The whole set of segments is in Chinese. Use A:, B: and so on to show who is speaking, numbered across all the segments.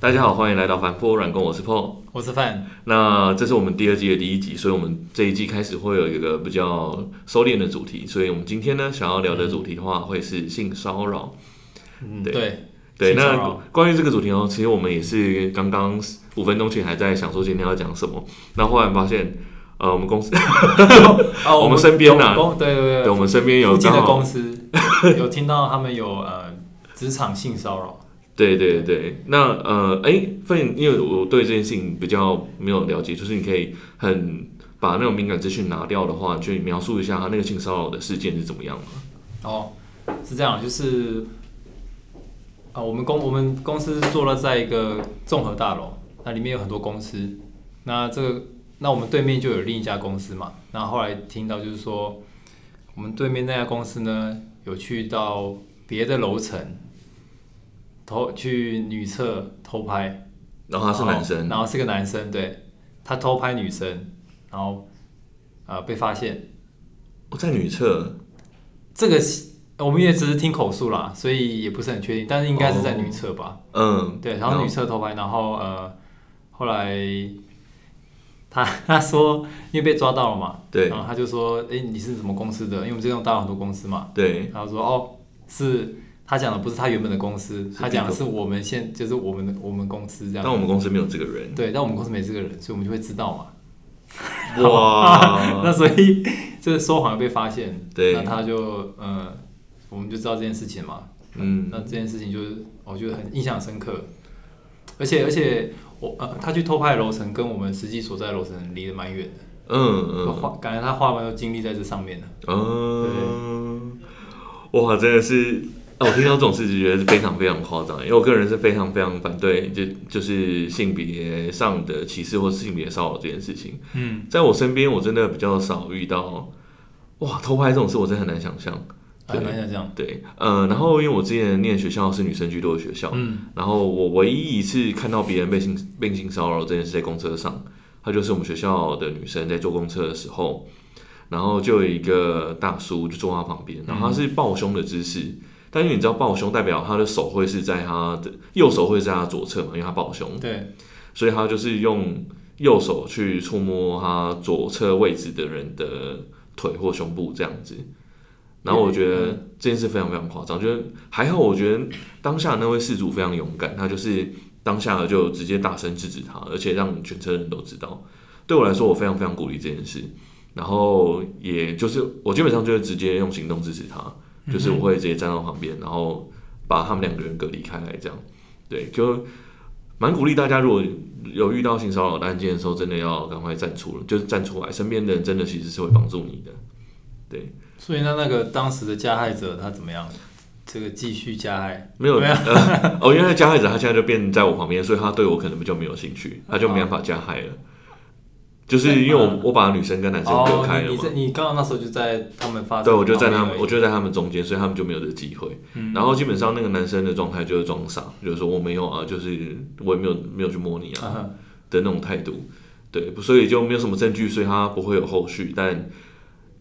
A: 大家好，欢迎来到反复软工，我是 Paul。
B: 我是范，
A: 那这是我们第二季的第一集，所以我们这一季开始会有一个比较收敛的主题。所以我们今天呢，想要聊的主题的话，会是性骚扰。
B: 嗯，
A: 对
B: 对，
A: 对，
B: 性
A: 那
B: 骚扰
A: 关于这个主题哦，其实我们也是刚刚五分钟前还在想说今天要讲什么，那忽然发现，呃，我们公司，
B: 哦
A: 我们身边啊
B: 公对对
A: 对，
B: 对
A: 我们身边有
B: 呃附近
A: 刚
B: 的
A: 好，
B: 公司 有听到他们有呃职场性骚扰，
A: 对对对，那呃，哎，份，因为我对这件事情比较没有了解，就是你可以很把那种敏感资讯拿掉的话，去描述一下他那个性骚扰的事件是怎么样吗？
B: 哦，是这样，就是啊、我们公我们公司坐落在一个综合大楼，那里面有很多公司，那这个那我们对面就有另一家公司嘛，那后来听到就是说，我们对面那家公司呢有去到别的楼层偷去女厕偷拍。
A: 然后他啊是男生，
B: 然后是个男生，对，他偷拍女生，然后呃被发现，
A: 哦在女厕，
B: 这个是我们也只是听口述啦，所以也不是很确定，但是应该是在女厕吧？
A: 嗯，
B: 对，然后女厕偷拍，然后呃后来他他说因为被抓到了嘛，
A: 对
B: 然后他就说，哎、你是什么公司的？因为我们这栋大楼很多公司嘛，
A: 对，
B: 然后说哦是。他讲的不是他原本的公司，他讲的是我们现就是我们的我们公司这
A: 但
B: 样，
A: 我们公司没有这个 人，
B: 对，但我们公司没这个人，所以我们就会知道嘛。
A: 哇，
B: 那所以这说谎被发现，
A: 啊对
B: 那他就呃，我们就知道这件事情嘛。
A: 嗯，
B: 那这件事情就是我觉得很印象深刻，而且而且我呃，他去偷拍的楼层跟我们实际所在的楼层离得蛮远的，
A: 嗯
B: 都
A: 嗯
B: 花感觉他花蛮多精力在这上面的。
A: 嗯，哇，真的是，啊我听到这种事情觉得是非常非常夸张，因为我个人是非常非常反对，就就是性别上的歧视或性别骚扰这件事情，
B: 嗯，
A: 在我身边我真的比较少遇到，哇，偷拍这种事我真的很难想象。对
B: 很难想象。
A: 对，呃，然后因为我之前念学校是女生居多的学校，
B: 嗯，
A: 然后我唯一一次看到别人被性被性骚扰这件事在公车上，她就是我们学校的女生在坐公车的时候，然后就有一个大叔就坐她旁边，然后他是抱胸的姿势，但因为你知道抱胸代表他的手会是在他的右手会是在他左侧嘛，因为他抱胸，
B: 嗯对，
A: 所以他就是用右手去触摸他左侧位置的人的腿或胸部这样子。然后我觉得这件事非常非常夸张，就是还好，我觉得当下那位事主非常勇敢，他就是当下就直接大声制止他，而且让全车人都知道。对我来说，我非常非常鼓励这件事，然后也就是我基本上就是直接用行动支持他，就是我会直接站到旁边，然后把他们两个人隔离开来，这样对，就蛮鼓励大家，如果有遇到性骚扰的案件的时候，真的要赶快站出，就是站出来，身边的人真的其实是会帮助你的。
B: 所以那那个当时的加害者他怎么样？这个继续加害，
A: 没有，
B: 没有
A: 呃 哦，因为加害者他现在就变在我旁边，所以他对我可能就没有兴趣，他就没办法加害了。就是因为我我把女生跟男生隔开了
B: 哦、你你
A: 嘛，
B: 在你刚刚那时候就在他们发生
A: 对，我就在他们，
B: 旁边而已
A: 我就在他们中间，所以他们就没有这个机会。
B: 嗯
A: 然后基本上那个男生的状态就是装傻，就是说我没有啊，就是我也没有没有去摸你啊，
B: 嗯哼
A: 的那种态度，对，所以就没有什么证据，所以他不会有后续，但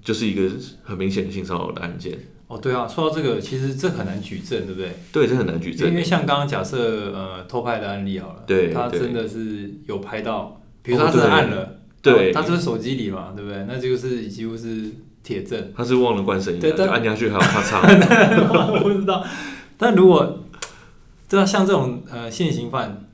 A: 就是一个很明显的性骚扰的案件，
B: 哦，对啊，说到这个，其实这很难举证，对不对？
A: 对，这很难举
B: 因
A: 证
B: 为，像刚刚假设呃偷拍的案例好了，
A: 对
B: 他
A: 对
B: 真的是有拍到，比如说他真
A: 哦
B: 的
A: 对
B: 按了，
A: 对
B: 他他就是手机里嘛，对不对？那就是几乎是铁证，
A: 他是忘了关声音啊，
B: 对
A: 就
B: 但
A: 按下去还有咔 嚓，
B: 我不知道。但如果对啊，像这种呃现行犯，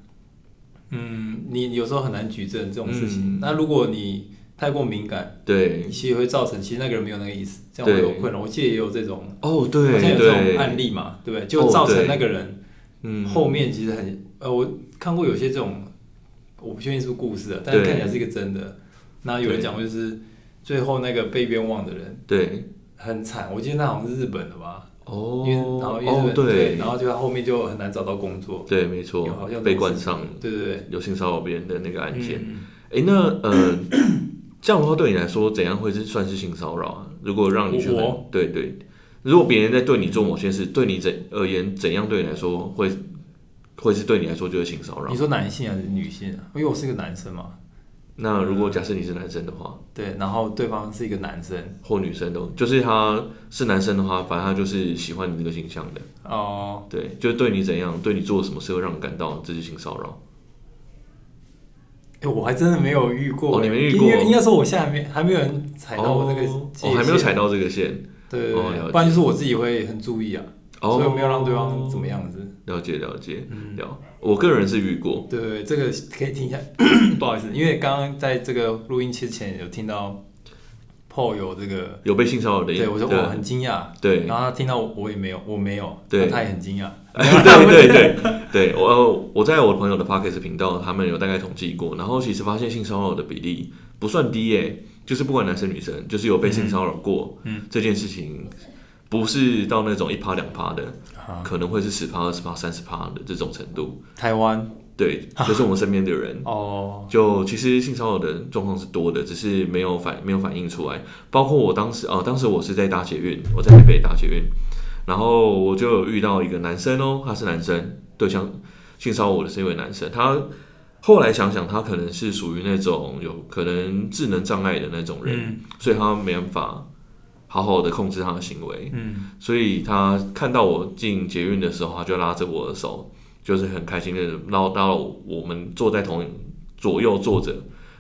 B: 嗯，你有时候很难举证这种事情。
A: 嗯
B: 那如果你太过敏感，
A: 对，
B: 其实会造成其实那个人没有那个意思，这样
A: 对
B: 会有困扰。我记得也有这种，
A: 哦，
B: 好像
A: 对
B: 有这种
A: 对，
B: 案例嘛，对不对？
A: 哦
B: 就造
A: 对
B: 成那个人。
A: 嗯，
B: 后面其实很呃，我看过有些这种，我不确定是不是故事啊，但是
A: 对
B: 看起来是一个真的。那有人讲过，就是最后那个被冤枉的人
A: 对，
B: 很惨，我记得那好像是日本的吧，
A: 哦
B: 因，为然后因为日
A: 哦
B: 本、对，
A: 对
B: 然后就他后面就很难找到工作，
A: 对，没错
B: 有好像，
A: 被冠上
B: 对对对，
A: 有性骚扰别人的那个案件，
B: 嗯
A: 诶，那呃，这样的话对你来说，怎样会是算是性骚扰啊？如果让你去
B: 我
A: 衡，对对，如果别人在对你做某些事，对你怎而言，怎样对你来说会会是对你来说就是性骚扰
B: 嗯你？说男性还是女性啊？因为我是个男生嘛，
A: 那如果假设你是男生的话，
B: 对，然后对方是一个男生
A: 或女生都，就是他是男生的话，反正他就是喜欢你这个形象的，
B: 哦，
A: 对，就是对你怎样，对你做什么事会让你感到这是性骚扰。
B: 哎、我还真的没有遇过、欸
A: 哦你没遇
B: 因
A: 过
B: 为应该说我现在还没还没有人踩到我这个
A: 哦
B: 界
A: 哦，
B: 限，
A: 还没有踩到这个线，
B: 对对
A: 哦了
B: 对，
A: 解
B: 不然就是我自己会很注意啊，
A: 哦，
B: 所以我没有让对方怎么样子。
A: 了解了解了，我个人是遇过，
B: 对对，对这个可以 听一下，不好意思，因为刚刚在这个录音之前有听到 Paul 有这个，
A: 有被性骚扰的，
B: 对我说哦
A: 对
B: 我很惊讶，
A: 对
B: 然后他听到我我也没有，我没有，
A: 对
B: 他也很惊讶，
A: 对对对对，我呃我在我朋友的 podcast 频道，他们有大概统计过，然后其实发现性骚扰的比例不算低耶、就是不管男生女生，就是有被性骚扰过，嗯，这件事情不是到那种一趴两趴的，
B: 啊
A: 可能会是十趴、二十趴、三十趴的这种程度。
B: 台湾
A: 对，就是我们身边的人，
B: 哦，
A: 就其实性骚扰的状况是多的，只是没有反没有反映出来。包括我当时哦，当时我是在搭捷运，我在台北搭捷运，然后我就有遇到一个男生哦，他是男生，对象性骚扰我的是一位男生，他后来想想，他可能是属于那种有可能智能障碍的那种人，
B: 嗯
A: 所以他没办法好好的控制他的行为，
B: 嗯，
A: 所以他看到我进捷运的时候，他就拉着我的手，就是很开心的绕到我们坐在同左右坐着。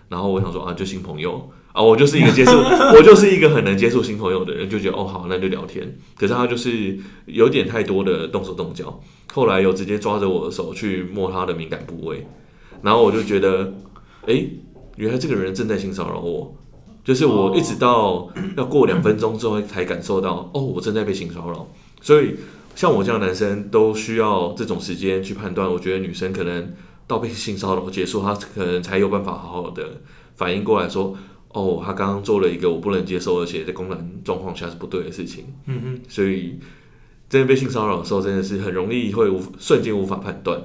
A: 然后我想说啊，就新朋友啊，我就是一个接触，我就是一个很能接触新朋友的人，就觉得哦好，那就聊天。可是他就是有点太多的动手动脚，后来有直接抓着我的手去摸他的敏感部位，然后我就觉得，诶，原来这个人正在性骚扰我。就是我一直到 要过两分钟之后才感受到，哦，我正在被性骚扰。所以像我这样的男生都需要这种时间去判断。我觉得女生可能到被性骚扰结束，她可能才有办法好好的反应过来说，哦，她刚刚做了一个我不能接受，而且在公然状况下是不对的事情。
B: 嗯哼，
A: 所以真的被性骚扰的时候，真的是很容易会无瞬间无法判断。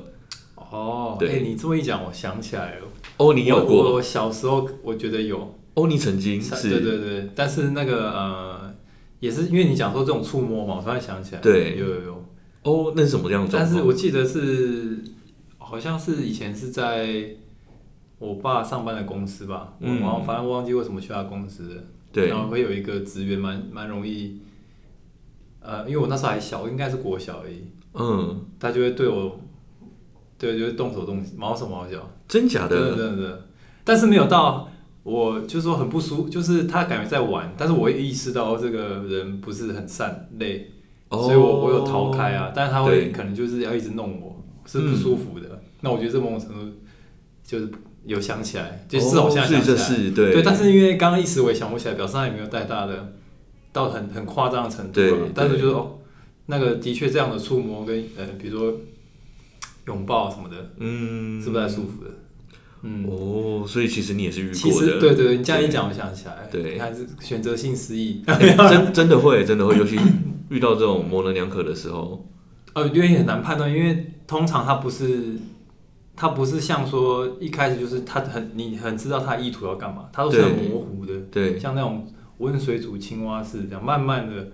B: 哦，
A: 对
B: 哎你这么一讲，我想起来了，
A: 哦，你有
B: 我我
A: 过？
B: 我小时候我觉得有，
A: 哦，你曾经是
B: 对对对，但是那个呃，也是因为你讲说这种触摸嘛，我突然想起来，
A: 对
B: 有有有，
A: 哦，那是什么样的状
B: 但是
A: 况？
B: 我记得是好像是以前是在我爸上班的公司吧，
A: 嗯
B: 我忘反正我忘记为什么去他公司了，
A: 对
B: 然后会有一个职员蛮蛮容易，呃，因为我那时候还小，应该是国小而已，
A: 嗯，
B: 他就会对我，对，就是动手动毛手毛脚。
A: 真假
B: 真的
A: 的？
B: 真的真的，但是没有到我就是说很不舒服，就是他感觉在玩，但是我会意识到这个人不是很善类，
A: 哦，
B: 所以我我有逃开啊，但是他会
A: 对
B: 可能就是要一直弄我，是
A: 嗯
B: 不舒服的。那我觉得这某种程度就是有想起来，就是至少我现在
A: 哦是
B: 想起
A: 这
B: 来，
A: 是
B: 对
A: 对
B: 但是因为刚刚一时我也想不起来，表示他也没有太大的到很很夸张的程度
A: 对
B: 啊
A: 对，
B: 但是就是哦，那个的确这样的触摸跟呃，比如说拥抱什么的，
A: 嗯，
B: 是不太舒服的，嗯。
A: 哦，所以其实你也是遇
B: 其
A: 过
B: 实
A: 的，
B: 对对对，你这样一讲，我想起来，
A: 对
B: 你看是选择性失忆，
A: 哎真 真的会，真的会，尤其遇到这种模棱两可的时候，
B: 呃，因为也很难判断，因为通常他不是，他不是像说一开始就是他很你很知道他的意图要干嘛，他都是很
A: 对
B: 模糊的，
A: 对，
B: 像那种温水煮青蛙式这样，慢慢的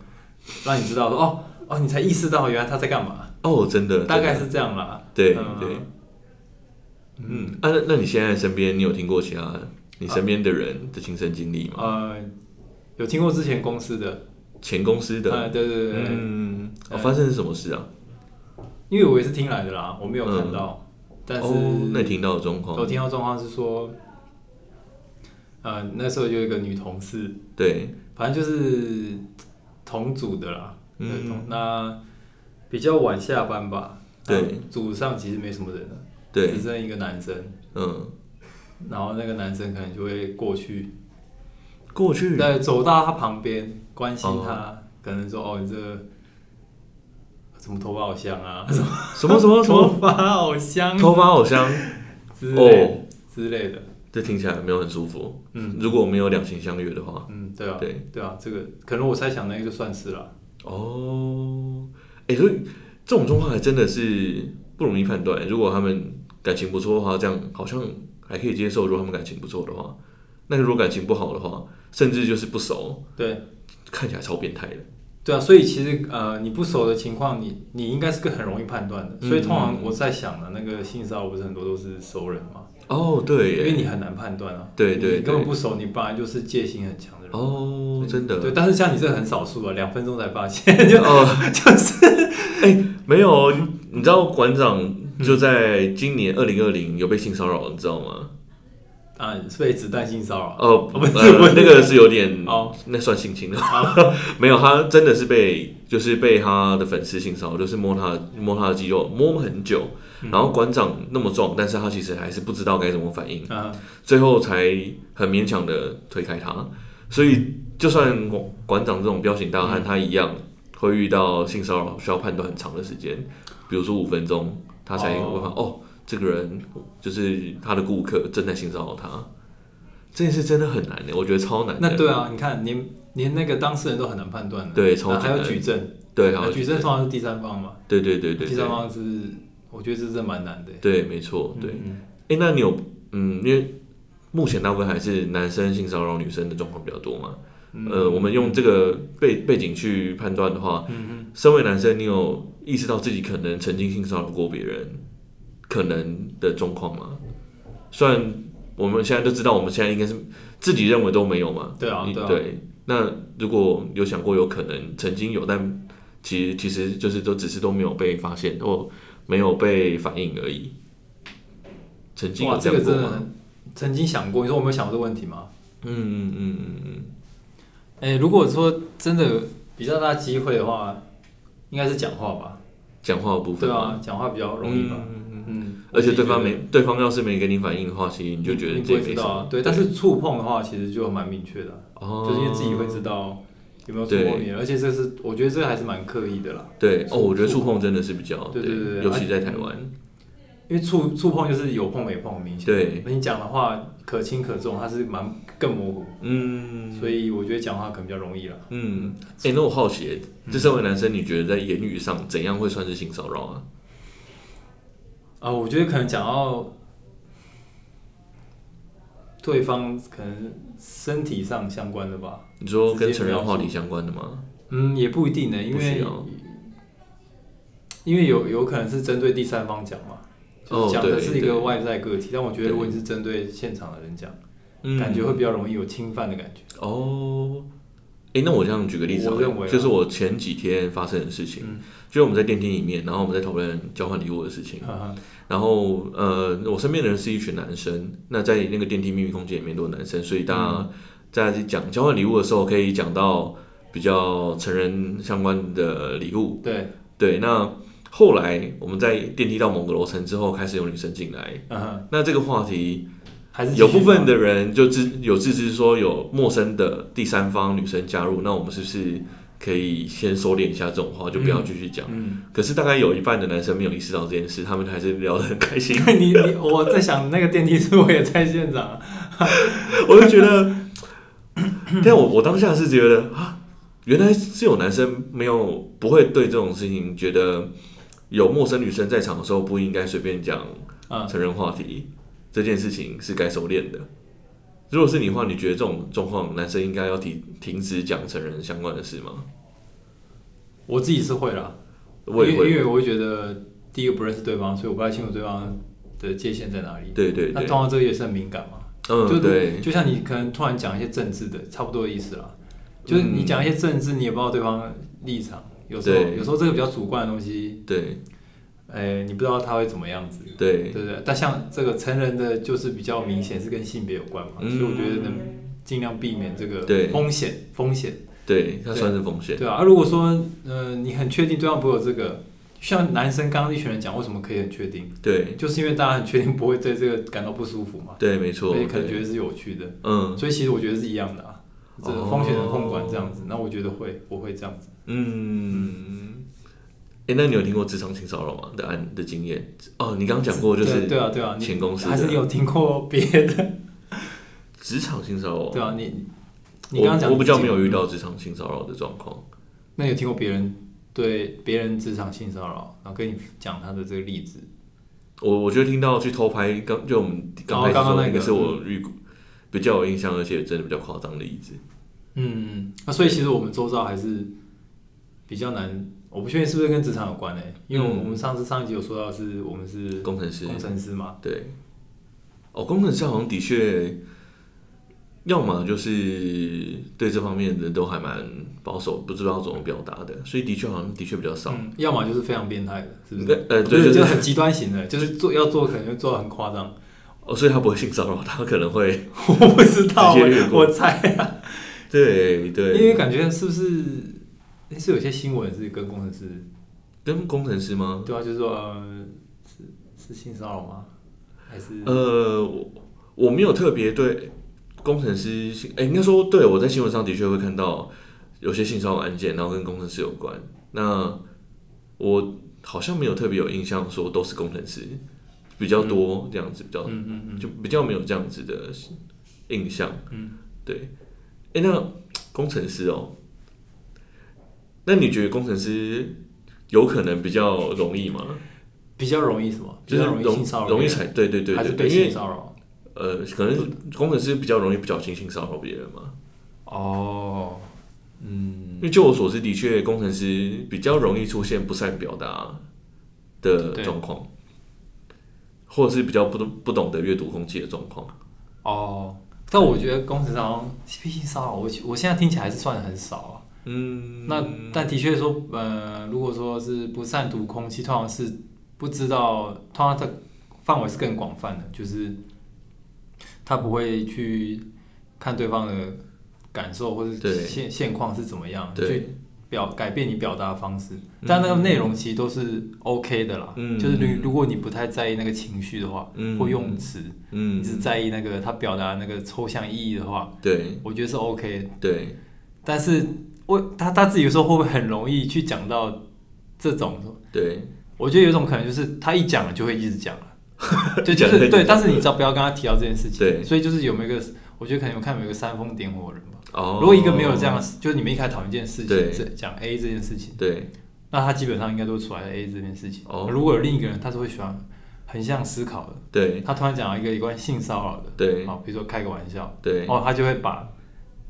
B: 让你知道说哦哦，你才意识到原来他在干嘛，
A: 哦，真的，
B: 大概
A: 真的
B: 是这样啦。
A: 对
B: 嗯
A: 对，嗯，啊，那那你现在身边你有听过其他你身边的人的亲身经历吗？
B: 呃，有听过之前公司的，
A: 前公司的，
B: 呃，对对对对，
A: 嗯，哦，
B: 呃
A: 发生了什么事啊？
B: 因为我也是听来的啦，我没有看到，但是、
A: 嗯哦，那你听到的状况
B: 我，听到状况是说，呃，那时候有一个女同事，
A: 对，
B: 反正就是同组的啦，
A: 嗯
B: 对同那比较晚下班吧，
A: 对，
B: 组上其实没什么人了，
A: 对
B: 只，剩一个男生，
A: 嗯，
B: 然后那个男生可能就会过去，
A: 过去，
B: 对，走到他旁边关心
A: 嗯哦
B: 他，可能说哦你这个怎么头发好香啊， 什么
A: 什么什么什么，
B: 头发好香
A: 嗯头发好香，
B: 之类的、
A: 哦
B: 之类的，
A: 这听起来没有很舒服。
B: 嗯
A: 如果没有两情相悦的话，
B: 嗯，对啊，
A: 对，
B: 对啊，这个可能我猜想那个就算是了。
A: 哦，哎、所以这种状况还真的是不容易判断。如果他们感情不错的话，这样好像还可以接受；如果他们感情不错的话，那如果感情不好的话，甚至就是不熟，
B: 对
A: 看起来超变态的。
B: 对啊，所以其实呃，你不熟的情况，你你应该是个很容易判断的。
A: 嗯
B: 所以通常我在想的那个性骚扰不是很多都是熟人嘛？
A: 哦，对
B: 因为
A: 耶，
B: 你很难判断啊。
A: 对对
B: 你根本
A: 对
B: 不熟，你本来就是戒心很强的人。
A: 哦，真的，
B: 对，但是像你这个很少数啊，两分钟才发现，就
A: 哦，
B: 就是
A: 没有，哦你知道馆长
B: 嗯
A: 就在今年二零二零有被性骚扰，你知道吗？
B: 啊，是被子弹性骚扰。
A: 哦，
B: 不是
A: 呃
B: 不是
A: 那个是有点
B: 哦，
A: 那算性侵了。 没有，他真的是被就是被他的粉丝性骚扰，就是摸他的摸他的肌肉，摸很久。
B: 嗯
A: 然后馆长那么壮，但是他其实还是不知道该怎么反应，
B: 啊，
A: 最后才很勉强的推开他。所以，就算馆馆长这种彪形大汉，他一样会遇到性骚扰，需要判断很长的时间，比如说五分钟，他才有办法哦，这个人就是他的顾客正在性骚扰他。这件事真的很难欸的，我觉得超难的。
B: 那对啊，你看连连那个当事人都很难判断的，
A: 对超
B: 然后还有
A: 级难
B: 举证，
A: 对，还
B: 那
A: 有
B: 举证通常是第三方嘛，
A: 对对对对
B: 第三
A: 对，
B: 方是我觉得这真的蛮难的。
A: 对，没错，对。
B: 嗯，嗯
A: 哎、那你有嗯，因为目前大部分还是男生性骚扰女生的状况比较多嘛。
B: 嗯
A: 呃，我们用这个背背景去判断的
B: 嗯
A: 话，身为男生，你有意识到自己可能曾经性骚扰过别人可能的状况吗？虽然我们现在都知道，我们现在应该是自己认为都没有嘛。
B: 对啊
A: 你
B: 对啊
A: 那如果有想过有可能曾经有，但其实其实就是都只是都没有被发现或没有被反应而已。曾经有
B: 哇，这
A: 样
B: 个
A: 过
B: 真
A: 吗？
B: 的曾经想过，你说我没有想过这个问题吗？
A: 嗯嗯嗯嗯嗯，
B: 哎，如果说真的比较大机会的话，应该是讲话吧？
A: 讲话的部分
B: 对
A: 嘛，
B: 啊，讲话比较容易吧？
A: 嗯
B: 嗯，
A: 而且
B: 我自己
A: 对方
B: 觉得
A: 没，对方要是没给你反应的话，其实你就觉得
B: 你
A: 这也
B: 不会
A: 没
B: 知
A: 什
B: 道
A: 么
B: 啊，。对，但是触碰的话，其实就蛮明确的啊，
A: 哦，
B: 就是因为自己会知道有没有触碰你，而且这是我觉得这个还是蛮刻意的啦，
A: 对
B: 触
A: 哦，我觉得触碰真的是比较
B: 对对对对啊
A: 尤其在台湾，
B: 因为触触碰就是有碰没碰很明显，
A: 对，
B: 你讲的话可轻可重，它是蛮更模糊，
A: 嗯
B: 所以我觉得讲话可能比较容易啦。
A: 嗯，哎，那我好奇，
B: 嗯
A: 这身为男生，你觉得在言语上怎样会算是性骚扰啊？
B: 啊，我觉得可能讲到对方可能身体上相关的吧，
A: 你说跟成人话题相关的吗？
B: 嗯，也不一定呢，因
A: 不需
B: 为
A: 要
B: 因为有有可能是针对第三方讲嘛，就
A: 哦
B: 是讲的
A: 对
B: 是一
A: 对
B: 个外在个体，但我觉得
A: 对
B: 如果你是针对现场的人讲，
A: 嗯
B: 感觉会比较容易有侵犯的感觉。
A: 哦，诶，那我这样举个例子好了，
B: 我认为啊嗯
A: 就是我前几天发生的事情，就是我们在电梯里面，然后我们在讨论交换礼物的事情，
B: 哈哈
A: 然后呃，我身边的人是一群男生，那在那个电梯秘密空间里面都是男生，所以大家在讲交换礼物的时候，可以讲到比较成人相关的礼物，
B: 对，
A: 对，那。后来我们在电梯到某个楼层之后，开始有女生进来。
B: 嗯哼，
A: 那这个话题
B: 还是继续
A: 有部分
B: 吧
A: 的人就自有自知说有陌生的第三方女生加入，那我们是不是可以先收敛一下这种话，就不要继续讲？
B: 嗯，
A: 可是大概有一半的男生没有意识到这件事，他们还是聊得很开心。
B: 你你我在想那个电梯是我也在现场啊，
A: 我就觉得， 但我我当下是觉得啊，原来是有男生没有不会对这种事情觉得有陌生女生在场的时候不应该随便讲
B: 嗯
A: 成人话题、这件事情是该收敛的。如果是你的话，你觉得这种状况，男生应该要停停止讲成人相关的事吗？
B: 我自己是会啦，
A: 我也
B: 因为因
A: 会，
B: 为我会觉得第一个不认识对方，所以我不太清楚对方的界限在哪里。
A: 对对
B: 那
A: 对
B: 通，常这个也是很敏感嘛，就
A: 嗯，
B: 如
A: 对，
B: 就像你可能突然讲一些政治的，差不多的意思啦。就是你讲一些政治，你也不知道对方立场，有时候
A: 嗯对
B: 有时候这个比较主观的东西，
A: 对
B: 哎、你不知道他会怎么样子，对
A: 对，
B: 不对？但像这个成人的，就是比较明显是跟性别有关嘛，
A: 嗯
B: 所以我觉得能尽量避免这个
A: 对
B: 风险风险，
A: 对，它算是风险，
B: 对啊。啊如果说呃你很确定对方不会有这个，像男生刚刚一群人讲为什么可以很确定，
A: 对
B: 就是因为大家很确定不会对这个感到不舒服嘛，
A: 对，没错
B: 所以，可能
A: 对
B: 觉得是有趣的。
A: 嗯
B: 所以其实我觉得是一样的啊，这个
A: 哦
B: 风险的控管这样子，那我觉得会，我会这样子。
A: 嗯，哎、那你有听过职场性骚扰吗的案的经验？哦，你刚刚讲过就
B: 对对
A: 是
B: 啊对啊，你
A: 前公司的
B: 还是你有听过别 的？
A: 职场性骚扰，
B: 对啊，你你刚刚讲嗯
A: 我我比较没有遇，到职场性骚扰的状况。
B: 那你有听过别人对别人职场性骚扰，然后跟你讲他的这个例子？
A: 我我觉得听到去偷拍，刚就我们刚开始
B: 哦刚
A: 说
B: 刚那
A: 那个
B: 个
A: 是我遇过比较有印象，而且真的比较夸张的例子。
B: 嗯，那所以其实我们周遭还是比较难，我不确定是不是跟职场有关诶、欸因为我
A: 嗯
B: 我们上次上一集有说到是我们是
A: 工程师，
B: 工程师嘛，
A: 对，哦，工程师好像的确，要么就是对这方面的都还蛮保守，不知道怎么表达的，所以的确好像的确比较少。
B: 嗯，要么就是非常变态的，是不是？
A: 对呃，
B: 不
A: 对对
B: 就
A: 对，
B: 很极端型 的，就是做要做可能就做的很夸张。
A: 哦，所以他不会性骚扰， 他可能会，
B: 我不知道，欸
A: 直接略
B: 我
A: 过
B: 我猜，
A: 对对，
B: 因为感觉是不是诶是有些新闻是跟工程师
A: 跟工程师吗？
B: 对啊，就是说呃是是性骚扰吗？还是
A: 呃，我我没有特别对工程师性，哎、应该说对我在新闻上的确会看到有些性骚扰案件，然后跟工程师有关。那我好像没有特别有印象说都是工程师比较多这样子，比较
B: 嗯嗯嗯，
A: 就比较没有这样子的印象。嗯，对。哎、那工程师哦，那你觉得工程师有可能比较容易吗？
B: 比较容易什么？
A: 就
B: 比
A: 是
B: 较
A: 容
B: 易性骚扰别人，
A: 容易踩，对对对
B: 还是
A: 对
B: 被
A: 对，因为
B: 性骚扰？
A: 呃，可能工程师比较容易不小心性骚扰别人嘛。
B: 哦，嗯
A: 因为就我所知，的确工程师比较容易出现不善表达的
B: 对
A: 状况，或者是比较不懂不懂得阅读空气的状况。
B: 哦，但我觉得工程师好像被性骚扰，我我现在听起来还是算很少啊。
A: 嗯，
B: 那但的确说，呃，如果说是不善读空气，通常是不知道，通常的范围是更广泛的，就是他不会去看对方的感受或者
A: 对
B: 现现况是怎么样，
A: 对
B: 去表改变你表达的方式。但那个内容其实都是 OK 的啦，
A: 嗯
B: 就是如如果你不太在意那个情绪的话，
A: 嗯
B: 或用词，你
A: 嗯，
B: 只在意那个他表达的那个抽象意义的话，
A: 对
B: 我觉得是 OK 的。
A: 对，
B: 但是我他他自己有时候会不会很容易去讲到这种？
A: 对，
B: 我觉得有一种可能就是他一讲了就会一直讲 了，就就
A: 讲了就一
B: 是
A: 直
B: 对，
A: 讲
B: 但是你只要不要跟他提到这件事情，
A: 对
B: 所以就是有没有一个，我觉得可能有看有没有一个煽风点火的人吧。
A: 哦，
B: 如果一个没有这样的，就是你们一开始讨论一件事
A: 对
B: 情，这讲 A 这件事情，
A: 对，
B: 那他基本上应该都出来了 A 这件事情。
A: 哦
B: 如果有另一个人，他是会喜欢横向思考的，
A: 对
B: 他突然讲到一个有关性骚扰的，
A: 对
B: 好，比如说开个玩笑，
A: 对，
B: 哦，他就会把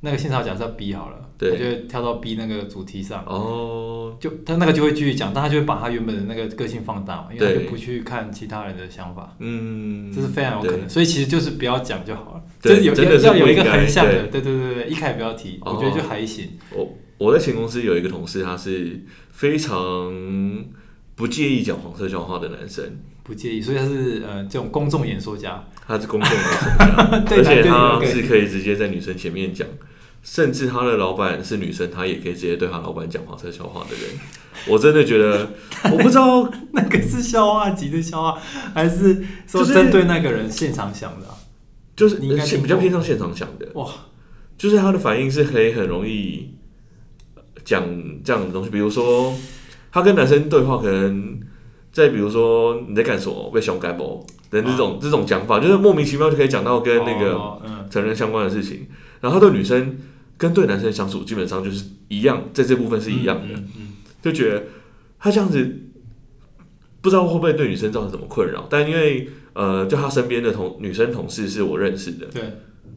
B: 那个性骚扰假设 B 好了，
A: 对
B: 他就会跳到 B 那个主题上，
A: 哦，
B: 就他那个就会继续讲，但他就会把他原本的那个个性放大嘛，因为他
A: 对
B: 就不去看其他人的想法，
A: 嗯，
B: 这是非常有可能。所以其实就是不要讲就好了，
A: 对
B: 就是有
A: 真的是
B: 要有一
A: 不应
B: 个
A: 该
B: 横向的，对对对对，一开始不要提，
A: 哦
B: 我觉得就还行。
A: 我我在前公司有一个同事，他是非常不介意讲黄色笑话的男生。
B: 不介意，所以他是呃这种公众演说 家，
A: 他是公众人物
B: 对
A: 而且
B: 男
A: 他
B: 对女
A: 是可以直接在女生前面讲，甚至他的老板是女生，他也可以直接对他老板讲黄色笑话的人。我真的觉得，我不知道，
B: 那个是笑话级的笑话，还是说
A: 就是
B: 针对那个人现场想的啊、
A: 就是
B: 你应该听过
A: 比较偏向现场讲的，
B: 哇，
A: 就是他的反应是可以很容易呃讲这样的东西，比如说他跟男生对话，可能再比如说你在干什么，被熊改不的这种、这种讲法，就是莫名其妙就可以讲到跟那个
B: 啊哦嗯
A: 成人相关的事情，然后他对女生跟对男生的相处基本上就是一样，在这部分是一样的，
B: 嗯嗯嗯
A: 就觉得他这样子不知道会不会对女生造成什么困扰，但因为呃，就他身边的同女生同事是我认识的，
B: 对。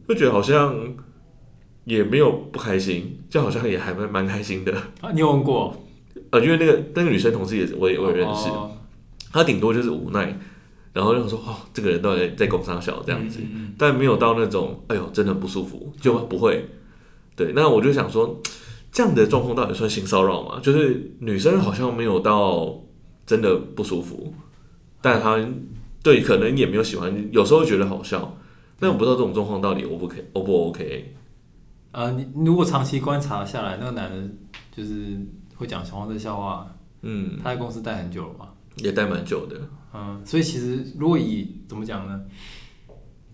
A: 就觉得好像也没有不开心，就好像也还蛮蛮开心的，
B: 啊，你有问过？
A: 呃，因为那个那个女生同事也我也我也认识，
B: 哦
A: 她顶多就是无奈，然后就想说哦，这个人到底在工商小这样子，
B: 嗯嗯嗯
A: 但没有到那种哎呦真的不舒服，就不会。对，那我就想说，这样的状况到底算性骚扰吗？就是女生好像没有到真的不舒服，但她对可能也没有喜欢，有时候觉得好笑，但我不知道这种状况到底 O 不 OK O 不 OK？
B: 呃，你你如果长期观察下来，那个男的就是会讲小黄色笑话，
A: 嗯，
B: 他在公司待很久了嘛，
A: 也待蛮久的，
B: 嗯，所以其实如果以怎么讲呢？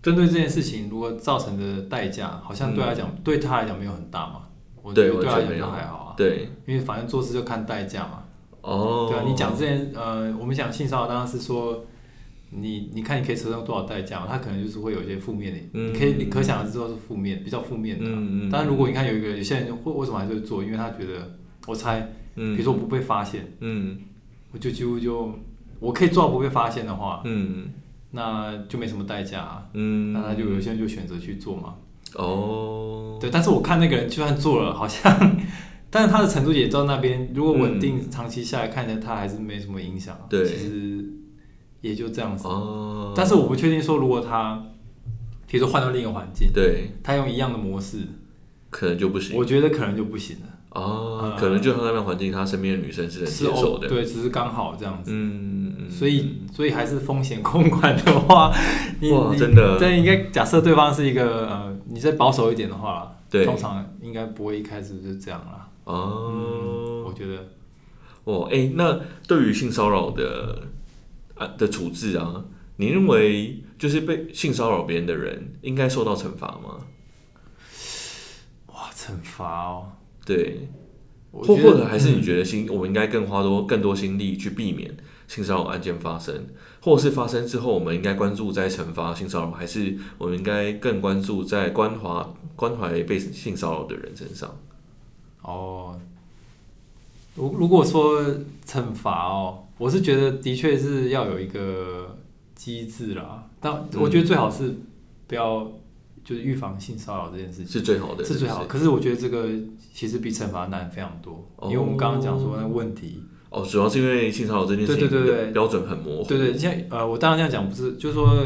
B: 针对这件事情，如果造成的代价，好像对他来讲，对他来讲没有很大嘛。我觉
A: 嗯对
B: 得对他
A: 完
B: 来
A: 全
B: 讲
A: 没
B: 就
A: 有
B: 还好啊，
A: 对，
B: 因为反正做事就看代价嘛。
A: 哦，
B: 对啊，你讲这件，呃，我们讲性骚扰，当然是说你你看你可以承受多少代价嘛，他可能就是会有一些负面的，
A: 嗯
B: 你可以你可想而知道是负面，比较负面的啊。
A: 嗯嗯
B: 当然，如果你看有一个有些人就会为什么还是会做，因为他觉得我猜，比
A: 嗯
B: 如说我不被发现，
A: 嗯
B: 我就几乎就我可以做到不被发现的话，
A: 嗯
B: 那就没什么代价、啊，
A: 嗯，
B: 那他就有些人就选择去做嘛。
A: 哦，
B: 对，但是我看那个人就算做了，好像，但是他的程度也到那边，如果稳定长期下来，看起来他还是没什么影响啊。
A: 嗯对
B: 其实也就这样子。
A: 哦，
B: 但是我不确定说，如果他比如说换到另一个环境，
A: 对，
B: 他用一样的模式，
A: 可能就不行
B: 我觉得可能就不行了，
A: 哦
B: 呃，
A: 可能就他那边环境，他身边的女生是能接
B: 是
A: 受
B: 哦，
A: 的，
B: 对，只是刚好这样子。
A: 嗯，嗯
B: 所以，所以还是风险控管的话，你
A: 哇
B: 你
A: 真的
B: 但应该假设对方是一个呃，你再保守一点的话，
A: 对
B: 通常应该不会一开始就这样啦。嗯，我
A: 哦，
B: 觉得
A: 哦，哎、那对于性骚扰的啊的处置啊，你认为就是被性骚扰别人的人应该受到惩罚吗？
B: 哇，惩罚哦，
A: 对，
B: 我
A: 或
B: 觉
A: 或
B: 得嗯
A: 者还是你觉得心，我们应该更花多更多心力去避免性骚扰案件发生，或者是发生之后，我们应该关注在惩罚性骚扰，还是我们应该更关注在关怀关怀被性骚扰的人身上？
B: 哦，如如果说惩罚哦，我是觉得的确是要有一个机制啦，但
A: 嗯
B: 我觉得最好是不要就是预防性骚扰这件事情。
A: 是最好的，
B: 是最好。
A: 不
B: 可是我觉得这个其实比惩罚难非常多，
A: 哦
B: 因为我们刚刚讲说那个问题，
A: 哦，主要是因为性骚扰这件事情
B: 对对对对
A: 的标准很模糊。嗯
B: 对对，像呃，我当然这样讲不是，就是说，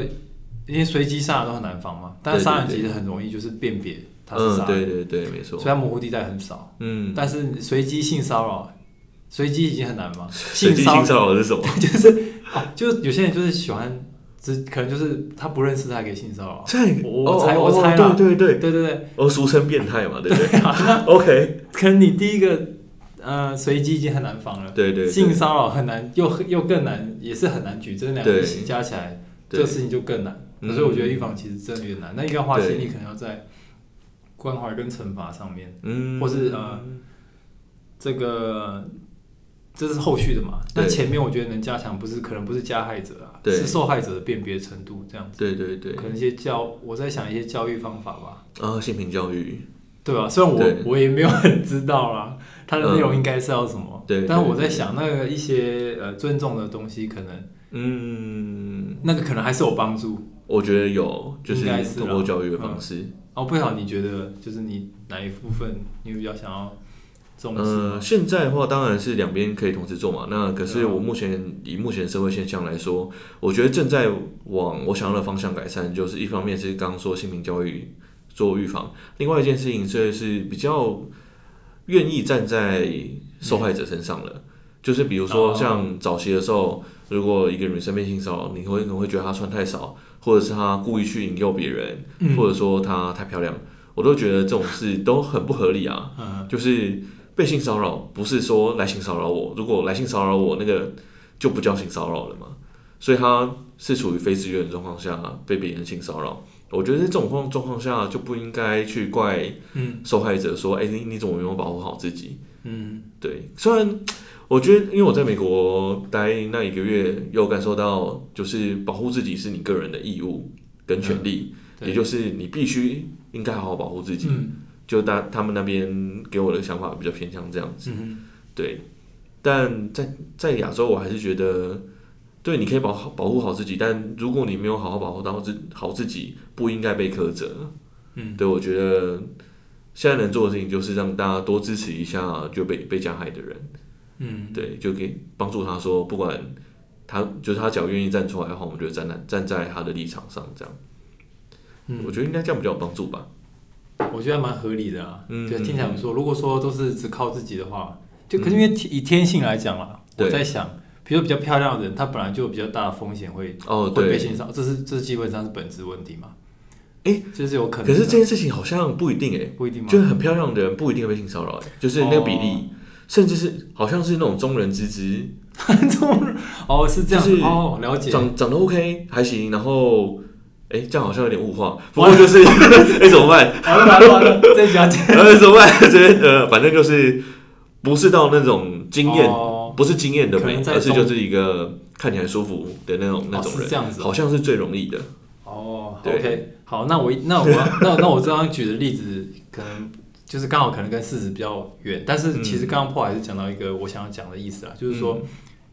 B: 因为随机杀人都很难防嘛，但是杀人
A: 对对
B: 其
A: 对
B: 实很容易就是辨别他是
A: 嗯，
B: 杀人，
A: 对对对，没错
B: 所以。它模糊地带很少。
A: 嗯，
B: 但是随机性骚扰，随机已经很难嘛，
A: 随机
B: 骚
A: 性骚扰是 什么？
B: 就是、哦就是有些人就是喜欢，只可能就是他不认识他也可以性骚扰，
A: 在
B: 我猜我猜啦
A: 哦，对对对，
B: 对对对，
A: 哦，俗称变态嘛，对不 对？OK，
B: 可能你第一个呃随机已经很难防了，
A: 对对对
B: 性骚扰很难，又又更难，也是很难举，这两个
A: 对
B: 一起加起来，这
A: 对
B: 个事情就更难。
A: 嗯
B: 所以我觉得预防其实真的有点难，那应该花心力
A: 对
B: 可能要在关怀跟惩罚上面，
A: 嗯，
B: 或是呃这个。这是后续的嘛？
A: 对
B: 但前面我觉得能加强，不是可能不是加害者啊，
A: 对
B: 是受害者的辨别程度这样子。
A: 对对对
B: 可，能一些教，我在想一些教育方法吧。
A: 啊，性平教育，
B: 对啊吧？虽然我
A: 对
B: 我也没有很知道啦，它的内容应该是要什么，
A: 嗯对
B: 但是
A: 对
B: 我在想，那个一些呃尊重的东西，可能
A: 嗯，
B: 那个可能还是有帮助。
A: 我觉得有，就
B: 应该是啦
A: 通过教育的方式，
B: 哦，不晓得你觉得就是你哪一部分你比较想要重视
A: 呃，
B: 吗？
A: 现在的话当然是两边可以同时做嘛。那可是
B: 对啊
A: 我目前以目前社会现象来说，我觉得正在往我想要的方向改善，就是一方面是刚刚说性平教育做预防，另外一件事情这是比较愿意站在受害者身上了。就是比如说，
B: 嗯哦
A: 像早期的时候，如果一个女生被性骚扰，你会可能会觉得她穿太少，或者是她故意去引诱别人，
B: 嗯
A: 或者说她太漂亮，我都觉得这种事都很不合理啊。
B: 嗯，
A: 就是被性骚扰，不是说来性骚扰我，如果来性骚扰我，那个就不叫性骚扰了嘛。所以他是处于非自愿的状况下被别人性骚扰，我觉得在这种状状况下就不应该去怪
B: 嗯
A: 受害者说，哎、你你怎么没有保护好自己？
B: 嗯
A: 对，虽然我觉得，因为我在美国待那一个月，有感受到就是保护自己是你个人的义务跟权利，
B: 嗯对
A: 也就是你必须应该好好保护自己。
B: 嗯
A: 就他他们那边给我的想法比较偏向这样子，
B: 嗯
A: 对。但在在亚洲，我还是觉得，对，你可以保好保护好自己，但如果你没有好好保护到自好自己，不应该被苛责。
B: 嗯，
A: 对，我觉得现在能做的事情就是让大家多支持一下就被被加害的人，
B: 嗯，
A: 对，就给帮助他说，不管他就是他只要愿意站出来的话，我们就站在站在他的立场上这样。
B: 嗯
A: 我觉得应该这样比较有帮助吧。
B: 我觉得还蛮合理的啊，
A: 嗯嗯
B: 对，听起来不错。如果说都是只靠自己的话，就可是因为以天性来讲啦，我
A: 对
B: 在想，比如说比较漂亮的人，他本来就有比较大的风险会
A: 哦，
B: 会被
A: 对，
B: 欣赏，这是这是基本上是本质问题嘛？
A: 诶
B: 这是有可能啊
A: 可
B: 的，
A: 是这件事情好像不一定诶、欸
B: 不一定吗？
A: 就是很漂亮的人不一定会被性骚扰、欸，就是那个比例，甚至是好像是那种中人之姿，
B: 哦，是这样、
A: 就是
B: 哦，了解。
A: 长长得 OK 还行，然后哎、欸这样好像有点物 化，不过就是 哎、欸怎么办？
B: 完了完了完了，这一集要剪
A: 呃怎么办？ 这边呃反正就是不是到那种惊艳，
B: 哦
A: 不是惊艳的
B: 可
A: 美
B: 能，在
A: 而是
B: 中
A: 就是一个看起来舒服的那种那种
B: 哦
A: 人，
B: 是这样子哦
A: 好像是最容易的。
B: 哦
A: 对
B: ，OK，好，那我那我要那那我这样举的例子，可能就是刚好可能跟事实比较远，但是其
A: 嗯
B: 实刚刚破还是讲到一个我想要讲的意思啦，啊就是说、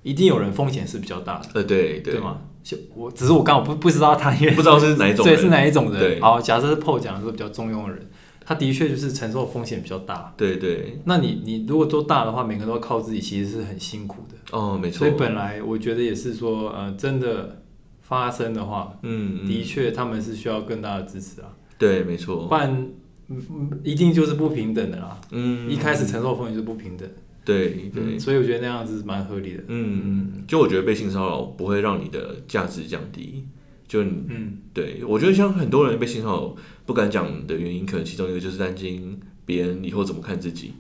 B: 一定有人风险是比较大的，
A: 呃，对嗯
B: 对
A: 对，
B: 吗？就我只是我刚好不不知道他因为
A: 不知道是哪一种
B: 对
A: 人，
B: 是哪一种人
A: 对？
B: 好，假设是 PO 讲的是比较中庸的人，他的确就是承受风险比较大。
A: 对对，
B: 那你你如果做大的话，每个人都要靠自己，其实是很辛苦的。
A: 哦，没错
B: 所以，本来我觉得也是说，呃，真的发生的话，
A: 嗯，
B: 的
A: 嗯
B: 确他们是需要更大的支持啊，
A: 对，没
B: 不
A: 错，
B: 然嗯嗯一定就是不平等的啦。
A: 嗯，
B: 一开始承受风险就是不平等，
A: 对对
B: 嗯，，所以我觉得那样子是蛮合理的。
A: 嗯，就我觉得被性骚扰不会让你的价值降低，就你
B: 嗯，
A: 对我觉得像很多人被性骚扰不敢讲的原因，可能其中一个就是担心别人以后怎么看自己。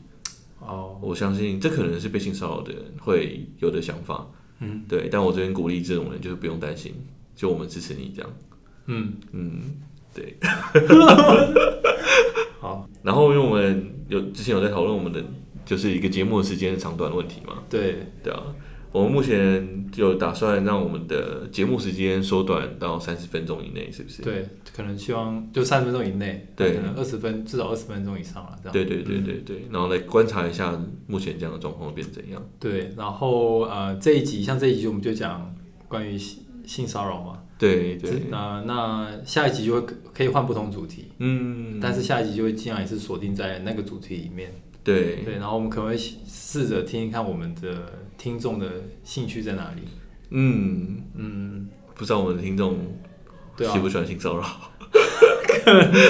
B: 哦，
A: 我相信这可能是被性骚扰的人会有的想法，
B: 嗯
A: 对。但我这边鼓励这种人就是不用担心，就我们支持你这样，
B: 嗯，
A: 嗯，对。
B: 好，
A: 然后因为我们有之前有在讨论我们的就是一个节目的时间长短的问题嘛，
B: 对，
A: 对啊，我们目前就打算让我们的节目时间缩短到三十分钟以内，是不是？
B: 对，可能希望就三十分钟以内，
A: 对
B: 可能二十分至少二十分钟以上了，这样。嗯
A: 对对对对对，然后来观察一下目前这样的状况变怎样。
B: 对，然后呃，这一集像这一集我们就讲关于性性骚扰嘛，
A: 对对，
B: 那、那下一集就会可以换不同主题，
A: 嗯，
B: 但是下一集就会尽量也是锁定在那个主题里面。
A: 对
B: 对，然后我们可能会试着听一看我们的听众的兴趣在哪里。
A: 嗯，
B: 嗯，
A: 不知道我们的听众
B: 对啊
A: 喜，不喜欢性骚扰，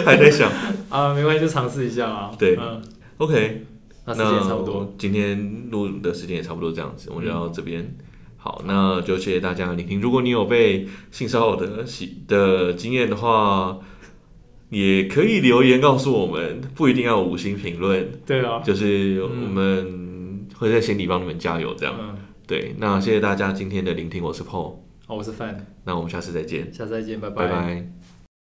A: 还在想。
B: 啊，没关系，就尝试一下啦。
A: 对
B: 嗯，
A: OK，
B: 那时间也差不多。，嗯
A: 今天录的时间也差不多这样子，我们就到这边。好，那就谢谢大家的聆听。如果你有被性骚扰的喜的经验的话，也可以留言告诉我们，不一定要五星评论，
B: 对啊，
A: 就是我们会在心里帮你们加油这样。
B: 嗯，
A: 对，那谢谢大家今天的聆听，我是 Paul，
B: 好，我是范，
A: 那我们下次再见，
B: 下次再见，拜
A: 拜拜